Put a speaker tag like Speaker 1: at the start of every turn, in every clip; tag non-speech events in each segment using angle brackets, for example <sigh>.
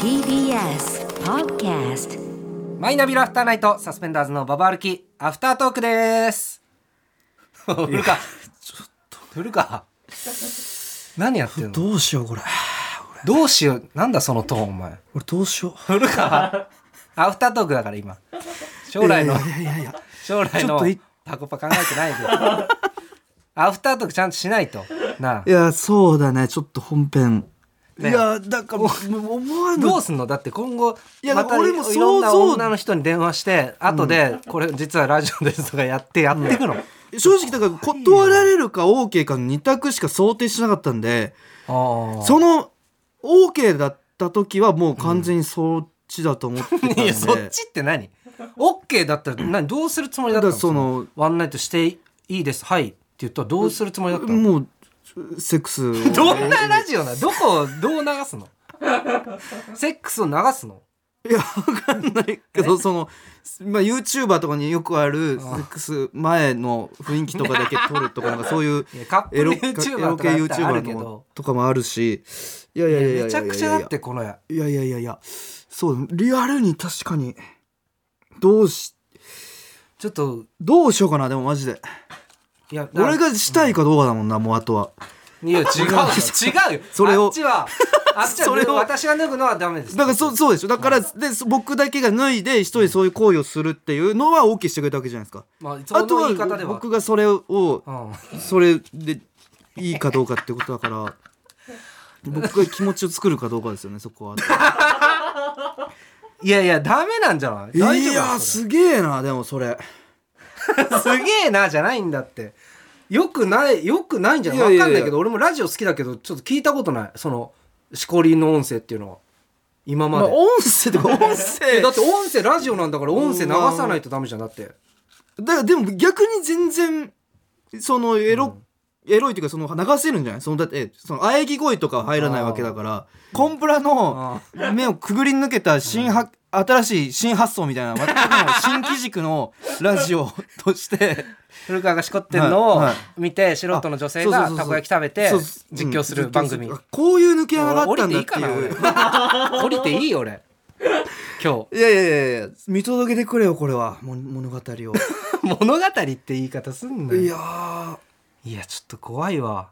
Speaker 1: TBS Podcast
Speaker 2: マイナビラフターナイトサスペンダーズのババ歩きアフタートークです。振るか。振るか。何やってんの
Speaker 3: どうしようこれ
Speaker 2: どうしよう。なんだそのトーンお前。
Speaker 3: 俺どうしよ
Speaker 2: 振るか。アフタートークだから今。
Speaker 3: う
Speaker 2: 将来の
Speaker 3: い、やいやいやいや
Speaker 2: 将来
Speaker 3: ちょっ
Speaker 2: の
Speaker 3: とい
Speaker 2: タコパ考えてない
Speaker 3: <laughs>
Speaker 2: で。アフタートークちゃんとしないと。ない
Speaker 3: やそうだねちょっと本編、
Speaker 2: ね
Speaker 3: いやだからもう思わ
Speaker 2: あ。
Speaker 3: ぬ
Speaker 2: どうすんのだって今後
Speaker 3: いや
Speaker 2: またい
Speaker 3: 俺も想像
Speaker 2: いろんな女の人に電話して後でこれ実はラジオですとかやってやっていくの、
Speaker 3: 正直だから断られるか OK かの2択しか想定しなかったんで
Speaker 2: ああ
Speaker 3: その OK だった時はもう完全にそっちだと思ってたん
Speaker 2: <laughs>
Speaker 3: で、
Speaker 2: いやそっちって何オッケーだったら何どうするつもりだったの
Speaker 3: だからその
Speaker 2: ワンナイトしていいですはいって言ったらどうするつもりだったの
Speaker 3: もうセックスを
Speaker 2: どんなラジオなのどこをどう流すのセックスを流すの
Speaker 3: いやわかんないけどその、まあ、YouTuber とかによくあるセックス前の雰囲気とかだ
Speaker 2: <laughs>
Speaker 3: け撮るとかなんかそういう
Speaker 2: いやカップ
Speaker 3: エロ
Speaker 2: ル
Speaker 3: エロ
Speaker 2: YouTuber と
Speaker 3: 系
Speaker 2: かだったらあ
Speaker 3: YouTuber
Speaker 2: るけ
Speaker 3: の
Speaker 2: ど
Speaker 3: とかもあるしいやいやいやいや
Speaker 2: めちゃくちゃだってこのや
Speaker 3: いやいやいやいやそうリアルに確かにどうし
Speaker 2: ちょっと
Speaker 3: どうしようかなでもマジで
Speaker 2: いやだから
Speaker 3: 俺がしたいかどうかだもんなもうあとはい <laughs>
Speaker 2: や違うよ違うよ
Speaker 3: それを
Speaker 2: あっち
Speaker 3: <laughs>
Speaker 2: はあっち
Speaker 3: それ
Speaker 2: は
Speaker 3: を
Speaker 2: 私が脱ぐのはダメです
Speaker 3: だからそうそうでしょだからでそ僕だけが脱いで一人そういう行為をするっていうのは OK してくれたわけじゃないですか
Speaker 2: まあそ
Speaker 3: あ
Speaker 2: の
Speaker 3: とは
Speaker 2: 言い方では
Speaker 3: 僕がそれを
Speaker 2: うん
Speaker 3: それでいいかどうかってことだ <laughs> から僕が気持ちを作るかどうかですよねそこ <laughs> はい
Speaker 2: やいやダメなんじゃない大丈夫
Speaker 3: い
Speaker 2: な
Speaker 3: や
Speaker 2: のそれ
Speaker 3: すげえなでもそれ
Speaker 2: <laughs> すげえなじゃないんだってよくないよくないんじゃない
Speaker 3: いや
Speaker 2: わ
Speaker 3: いやいや
Speaker 2: かんないけど俺もラジオ好きだけどちょっと聞いたことないそのしこりの音声っていうのは今ま
Speaker 3: まあ、
Speaker 2: で、
Speaker 3: 音声とか音声
Speaker 2: えだって音声ラジオなんだから音声流さないとダメじゃんだって
Speaker 3: だからでも逆に全然そのエロ、エロいというかその流せるんじゃないそのだってその喘ぎ声とかは入らないわけだからコンプラの目をくぐり抜けた新は、新しい新発想みたいな全くの新機軸のラジオとして
Speaker 2: 古川がしこってんのを
Speaker 3: はいはい
Speaker 2: 見て素人の女性が
Speaker 3: そうそうそうそう
Speaker 2: たこ焼き食べて
Speaker 3: そう
Speaker 2: 実況する
Speaker 3: うん
Speaker 2: 番組
Speaker 3: 実況するこういう抜け穴があっ
Speaker 2: 降
Speaker 3: た
Speaker 2: りて
Speaker 3: んだ
Speaker 2: い
Speaker 3: っ
Speaker 2: いか
Speaker 3: て
Speaker 2: な
Speaker 3: いう
Speaker 2: 俺 <laughs> 降りていい俺今日
Speaker 3: いやいやいやいや見届けてくれよこれはも物語
Speaker 2: <laughs>
Speaker 3: をい
Speaker 2: 物語って言い方すんのよ
Speaker 3: やー
Speaker 2: いや、ちょっと怖いわ。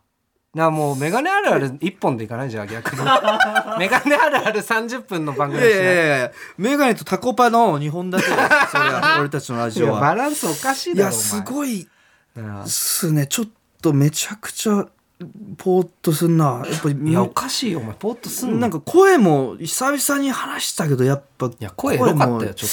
Speaker 2: なもうメガネあるある一本でいかないじゃん
Speaker 3: <laughs>
Speaker 2: 逆にメガネあるある30分の番
Speaker 3: い
Speaker 2: 組
Speaker 3: や
Speaker 2: に
Speaker 3: い
Speaker 2: しない
Speaker 3: やいやいやメガネとタコパの日本だけだよそれは
Speaker 2: <laughs>
Speaker 3: 俺たちのラ
Speaker 2: い
Speaker 3: ジ
Speaker 2: や
Speaker 3: オは
Speaker 2: バランスおかしい
Speaker 3: い
Speaker 2: だろ
Speaker 3: やす
Speaker 2: い
Speaker 3: ごい
Speaker 2: なあ
Speaker 3: っすねちょっとめちゃくちゃポーっとすんなやっぱり
Speaker 2: いやおかしいよお前ポーッとすん
Speaker 3: な
Speaker 2: なん
Speaker 3: か声も久々に話したけどやっぱ
Speaker 2: いや声エロかったよ
Speaker 3: 声も
Speaker 2: ちょっ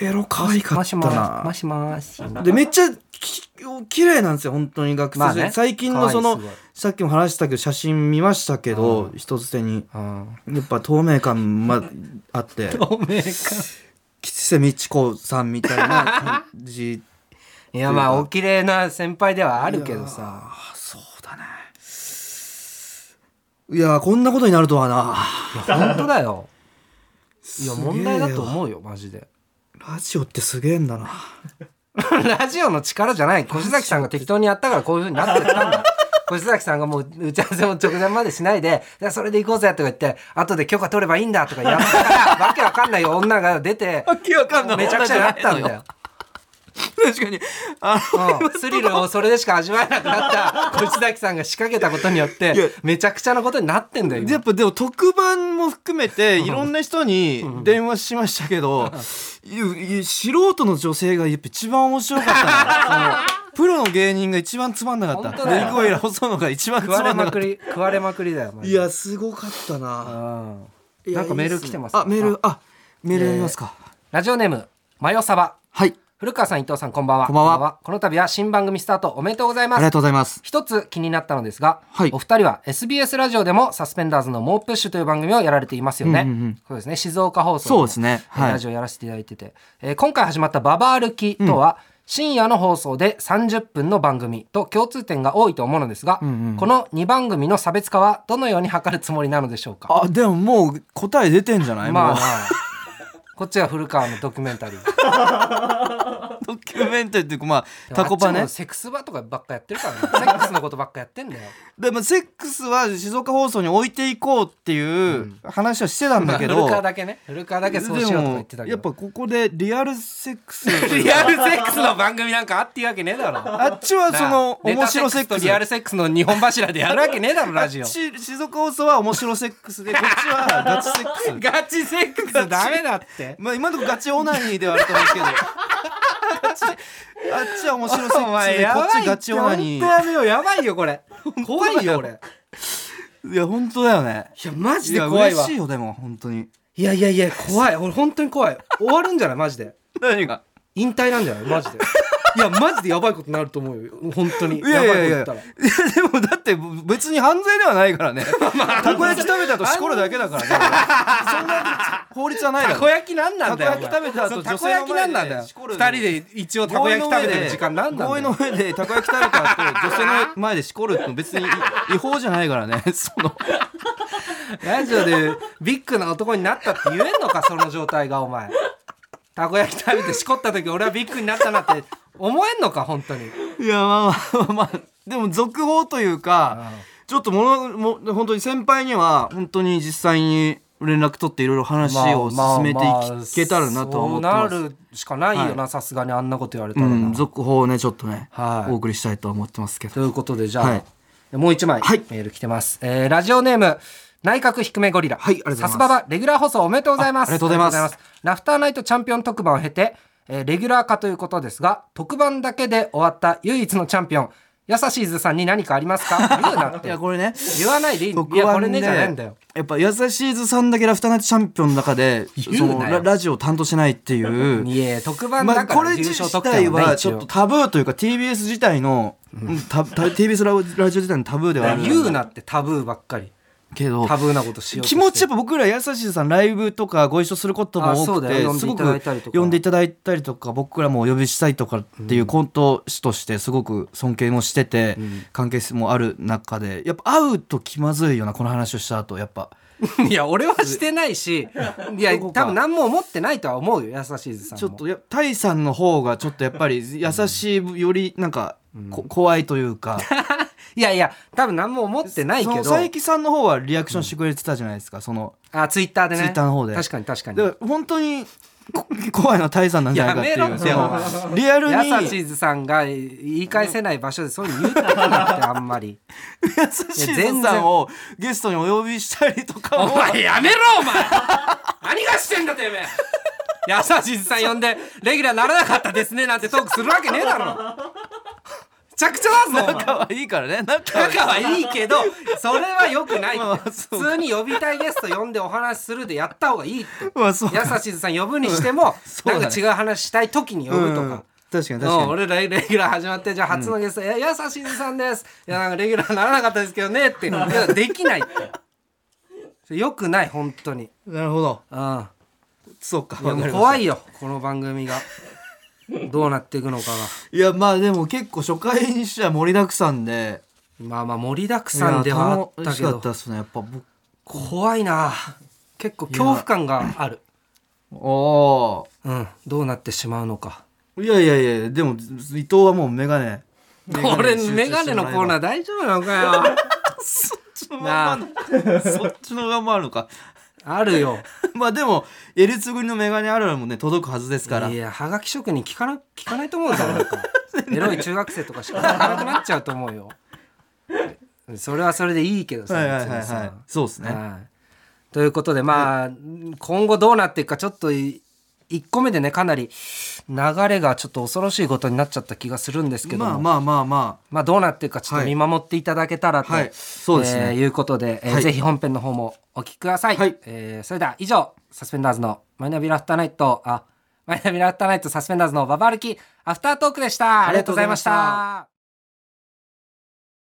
Speaker 3: エロ可愛
Speaker 2: と
Speaker 3: か
Speaker 2: も
Speaker 3: った
Speaker 2: しも
Speaker 3: な
Speaker 2: もしもし
Speaker 3: でめっちゃき綺麗なんですよ本当に学生時代、
Speaker 2: まあね
Speaker 3: 最近のその
Speaker 2: 可愛いす
Speaker 3: さっきも話したけど写真見ましたけど
Speaker 2: うん
Speaker 3: 一つ手に
Speaker 2: うん
Speaker 3: やっぱ透明感まあ
Speaker 2: <laughs>
Speaker 3: って
Speaker 2: 透明感
Speaker 3: 吉瀬美智子さんみたいな感じ
Speaker 2: いやまあお綺麗な先輩ではあるけ <laughs> どさ
Speaker 3: あそうだねいやこんなことになるとはない
Speaker 2: や本当だよいや
Speaker 3: すげえよ
Speaker 2: 問題だと思うよマジで
Speaker 3: ラジオってすげえんだな。
Speaker 2: ラジオの力じゃない越崎さんが適当にやったからこういうふうになってきたん
Speaker 3: <laughs>
Speaker 2: だ越崎さんがもう打ち合わせも直前までしないで「じゃあそれで行こうぜ」とか言って「後で許可取ればいいんだ」とかやった
Speaker 3: <laughs>
Speaker 2: からわけわかんない女が出てめちゃくちゃなったんだよ。
Speaker 3: 確かに。あ
Speaker 2: うん、スリルをそれでしか味わえなくなった越崎さんが仕掛けたことによっ
Speaker 3: いや
Speaker 2: てめちゃくちゃなことになってんだよ
Speaker 3: やっ
Speaker 2: 今
Speaker 3: ぱでも特番も含めていろんな人に電話しましたけど、いい素人の女性がやっぱ一番面白かった
Speaker 2: <laughs>
Speaker 3: なそのプロの芸人が一番つまんなかった
Speaker 2: 本当だよ
Speaker 3: ネギゴイラ細野が一番つ
Speaker 2: 食わ
Speaker 3: ま
Speaker 2: れ
Speaker 3: んな
Speaker 2: まく
Speaker 3: かっ
Speaker 2: り食われまくりだよマ
Speaker 3: た
Speaker 2: ジ
Speaker 3: い
Speaker 2: で
Speaker 3: やすごかった
Speaker 2: う
Speaker 3: なんいや
Speaker 2: なんかメール来てます
Speaker 3: いいっねあメールあメールありますか、
Speaker 2: ラジオネームマヨサバ
Speaker 3: はい
Speaker 2: 古川さん伊藤さんこんばんは
Speaker 3: こんばんは
Speaker 2: この度は新番組スタートおめでとうござい
Speaker 3: あ
Speaker 2: ま
Speaker 3: り
Speaker 2: す
Speaker 3: がとうございます
Speaker 2: 一つ気になったのですが、
Speaker 3: はい
Speaker 2: お二人は SBS ラジオでもサスペンダーズの猛プッシュという番組をやられていますよね。
Speaker 3: うんうんうん
Speaker 2: そうですね。静岡放送の
Speaker 3: そうですね
Speaker 2: えー
Speaker 3: はい
Speaker 2: ラジオやらせていただいてて、えー今回始まったババ歩きとは、深夜の放送で30分の番組と共通点が多いと思うのですが、
Speaker 3: んうん
Speaker 2: この2番組の差別化はどのように図るつもりなのでしょうか。
Speaker 3: あでももう答え出てんじゃない
Speaker 2: まあ
Speaker 3: も
Speaker 2: なあこっちは古川のドキュメンタリー。
Speaker 3: ドキュメンタリーっていうかまあタコパ
Speaker 2: あっち
Speaker 3: ね
Speaker 2: もセックスバとかばっかやってるから <laughs> ねセックスのことばっかやってんだよ
Speaker 3: でもセックスは静岡放送に置いていこうっていう話をしてたんだけ
Speaker 2: まあ
Speaker 3: ど、
Speaker 2: 古川だけね古川だけそうしようとか言ってたけ
Speaker 3: やっ
Speaker 2: ど
Speaker 3: ぱここでリアルセッ
Speaker 2: <laughs>
Speaker 3: クス
Speaker 2: リアルセックスの番組なんかあっていうわけねえ <laughs> だろ
Speaker 3: あっちはその
Speaker 2: なあ
Speaker 3: 面白セッ
Speaker 2: ネタ
Speaker 3: ク
Speaker 2: と
Speaker 3: ス
Speaker 2: リアルセックスの日本柱でやるわけねえだろラジオ
Speaker 3: あっち静岡放送は面白セックスでこっちはガチセックス
Speaker 2: ガチセックスダメだ <laughs> って
Speaker 3: まあ今のところガチオナニーではあると思うんですけどガチあっちは面白セックスでこっちガチオナニ
Speaker 2: 本当
Speaker 3: ー
Speaker 2: やめようやばいよこれ怖いよ俺
Speaker 3: いや本当だよね
Speaker 2: いやマジ
Speaker 3: い
Speaker 2: で
Speaker 3: や
Speaker 2: 怖い
Speaker 3: 嬉
Speaker 2: わ
Speaker 3: しいよでも本当に
Speaker 2: いやいやいや怖い俺本当に怖い終わるんじゃないマジで
Speaker 3: 何が
Speaker 2: 引退なんじゃないマジ <laughs> でいやマジでやばいことになると思うよ本当に
Speaker 3: いやいやいや
Speaker 2: ば
Speaker 3: いや
Speaker 2: こと
Speaker 3: で
Speaker 2: 言っ
Speaker 3: もだって別に犯罪ではないからね <laughs> たこ焼き食べた後しこるだけだからねそんな法律はない
Speaker 2: た
Speaker 3: だ
Speaker 2: ら
Speaker 3: <laughs>
Speaker 2: た
Speaker 3: ろ
Speaker 2: こ焼きなんなんだよ
Speaker 3: たこ焼き食べた後
Speaker 2: その
Speaker 3: 女
Speaker 2: た
Speaker 3: 性
Speaker 2: こ
Speaker 3: の前で
Speaker 2: 焼きなんなんだよ
Speaker 3: しこる
Speaker 2: 二人で一応たこ焼き食べてる時間なんなんだ
Speaker 3: 合意
Speaker 2: よ
Speaker 3: の上でたこ焼き食べた後女性の前でしこるって別に違法じゃない <laughs> からねその
Speaker 2: ラジオでビッグな男になったって言えんのかその状態がお前たこ焼き食べてしこった時俺はビッグになったなって思えんのか本当に
Speaker 3: いやまあまあまあでも続報というかちょっとものも本当に先輩には本当に実際に連絡取っていろいろ話を進めていけたらなとは思ってます、
Speaker 2: そうなるしかないよなさすがにあんなこと言われたら
Speaker 3: うん、
Speaker 2: な
Speaker 3: 続報をねちょっとね、
Speaker 2: はい
Speaker 3: お送りしたいと思ってますけど
Speaker 2: ということでじゃあ、
Speaker 3: はい
Speaker 2: もう一枚
Speaker 3: はい
Speaker 2: メール来てます、えーラジオネーム内閣低めゴリラ
Speaker 3: はいありがとうございます
Speaker 2: さすばばレギュラー放送おめでとうございます
Speaker 3: あありがとうございます
Speaker 2: あラフターナイトチャンピオン特番を経て、えーレギュラー化ということですが特番だけで終わった唯一のチャンピオンやさしーずさんに何かありますか言うなっ
Speaker 3: <laughs> い
Speaker 2: て
Speaker 3: やこれね
Speaker 2: 言わないでいいんだいやこれねじゃないんだよ
Speaker 3: やっぱ優しいずさんだけラフターナイトチャンピオンの中で
Speaker 2: 言うなよ
Speaker 3: そのララジオを担当しないっていう
Speaker 2: いえ特番
Speaker 3: ま
Speaker 2: だ
Speaker 3: あ、
Speaker 2: か
Speaker 3: こ
Speaker 2: ら
Speaker 3: れ
Speaker 2: 優勝
Speaker 3: 自
Speaker 2: 特
Speaker 3: 体
Speaker 2: 典はね
Speaker 3: は
Speaker 2: 一
Speaker 3: ち
Speaker 2: 応
Speaker 3: ょっとタブーというか TBS 自体の、たた TBS ララジオ自体のタブーではある
Speaker 2: 言うなってタブーばっかり
Speaker 3: けど
Speaker 2: タブーなことしようとし
Speaker 3: 気
Speaker 2: て
Speaker 3: 持ちやっぱ僕ら優しいさんライブとかご一緒することも
Speaker 2: あそ
Speaker 3: 多
Speaker 2: う
Speaker 3: く
Speaker 2: だよ
Speaker 3: て
Speaker 2: 呼ん
Speaker 3: す
Speaker 2: でい
Speaker 3: ご
Speaker 2: ただ
Speaker 3: く
Speaker 2: いたりとか
Speaker 3: 呼んでいただいたりとか僕らもお呼びしたりとかっていうコント師としてすごく尊敬もしてて関係性もある中でやっぱ会うと気まずいよなこの話をした後やっぱ
Speaker 2: <laughs> いや俺はしてない
Speaker 3: <laughs>
Speaker 2: しいや
Speaker 3: どこか
Speaker 2: 多分何も思ってないとは思うよ優しいずさんも
Speaker 3: ちょっとやタイさんの方がちょっとやっぱり優しいよりなんかこ怖いというか。
Speaker 2: いやいや多分何も思って <laughs> ないけど
Speaker 3: その佐伯さんの方はリアクションしてくれてたじゃないですか、その
Speaker 2: あツイッターでね
Speaker 3: ツイッターの方で
Speaker 2: 確かに確かに
Speaker 3: だから本当にこ怖いのはタイさんなんじゃないかって
Speaker 2: やめろって
Speaker 3: いうそのリアルに
Speaker 2: 優しいずさんが言い返せない場所でそういうの言ってなくてあんま
Speaker 3: <laughs>
Speaker 2: り
Speaker 3: 優しい全さんをゲストにお呼びしたりとか
Speaker 2: お
Speaker 3: も
Speaker 2: 前やめろ <laughs> お前何がしてんだてめえ優しいずさん呼んでレギュラーならなかったですねなんてトークするわけねえだろめ
Speaker 3: <laughs>
Speaker 2: ちゃくちゃだぞお前
Speaker 3: 仲はいいからね仲はいい
Speaker 2: 仲はいい
Speaker 3: <laughs>
Speaker 2: けどそれは良くないって
Speaker 3: まあまあそう
Speaker 2: 普通に呼びたいゲスト呼んでお話しするでやった方がいいって
Speaker 3: まあそうか
Speaker 2: 優しいさん呼ぶにしても
Speaker 3: <laughs> そう
Speaker 2: な
Speaker 3: だ
Speaker 2: ん
Speaker 3: ね
Speaker 2: か違う話したい時に呼
Speaker 3: う
Speaker 2: ぶ
Speaker 3: ん
Speaker 2: と
Speaker 3: 確
Speaker 2: か。
Speaker 3: かに確
Speaker 2: う
Speaker 3: か
Speaker 2: ん
Speaker 3: に
Speaker 2: 俺らレギュラー始まってじゃあ初のゲスト「いや優しいさんです」「いやなんかレギュラーならなかったですけどね」っていやできないってよくない本当に
Speaker 3: なるほど
Speaker 2: うんいや
Speaker 3: そうか
Speaker 2: もう怖いよこの番組がどうなっていくのかが
Speaker 3: いやまあでも結構初回にしては盛りだくさんで
Speaker 2: まあまあ盛りだくさんではあっ
Speaker 3: い
Speaker 2: た
Speaker 3: や楽し
Speaker 2: け
Speaker 3: か
Speaker 2: ど
Speaker 3: ったですねやっぱ僕
Speaker 2: 怖いな結構恐怖感がある
Speaker 3: お
Speaker 2: うんどうなってしまうのか
Speaker 3: ーいやいやいやでも伊藤はもうメガネ
Speaker 2: これメガネのコーナー大丈夫なのかよなあ
Speaker 3: ーそっちの側もあるのか <laughs>
Speaker 2: あるよ
Speaker 3: まあでもえりつぐりのメガネあるあるもね届くはずですから
Speaker 2: いやはがき職人聞かな聞かないと思うぞなん
Speaker 3: <laughs>
Speaker 2: かエロい中学生とかしか聞かなくなっちゃうと思うよそれはそれでいいけどさ
Speaker 3: はいはいはい
Speaker 2: 別に
Speaker 3: はい
Speaker 2: さ
Speaker 3: そうですね
Speaker 2: はいということでまあ、今後どうなっていくかちょっとい1個目でねかなり流れがちょっと恐ろしいことになっちゃった気がするんですけども
Speaker 3: まあまあまあま
Speaker 2: まあ、どうなっていくかちょっと見守っていただけたらと、
Speaker 3: はいはいそうです
Speaker 2: えー
Speaker 3: ね
Speaker 2: いうことで、えー
Speaker 3: はい
Speaker 2: ぜひ本編の方もお聞きください、
Speaker 3: はい
Speaker 2: えーそれでは以上サスペンダーズの「マイナビラフターナイト」あ「マイナビラフターナイトサスペンダーズのババ歩きアフタートーク」でしたありがとうございまし
Speaker 3: ありがとうございました
Speaker 2: た